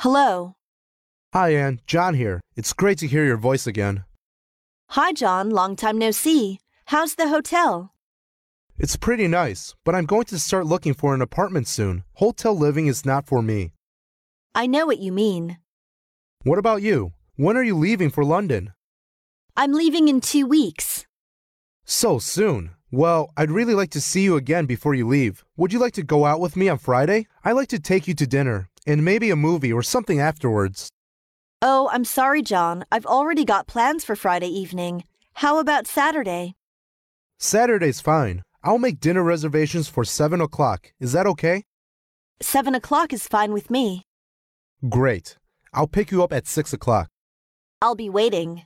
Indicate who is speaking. Speaker 1: Hello.
Speaker 2: Hi, Anne. John here. It's great to hear your voice again.
Speaker 1: Hi, John. Long time no see. How's the hotel?
Speaker 2: It's pretty nice, but I'm going to start looking for an apartment soon. Hotel living is not for me.
Speaker 1: I know what you mean.
Speaker 2: What about you? When are you leaving for London?
Speaker 1: I'm leaving in two weeks.
Speaker 2: So soon. Well, I'd really like to see you again before you leave. Would you like to go out with me on Friday? I'd like to take you to dinner and maybe a movie or something afterwards.
Speaker 1: Oh, I'm sorry, John. I've already got plans for Friday evening. How about Saturday?
Speaker 2: Saturday's fine. I'll make dinner reservations for 7 o'clock. Is that okay?
Speaker 1: Seven o'clock is fine with me.
Speaker 2: Great. I'll pick you up at 6 o'clock.
Speaker 1: I'll be waiting.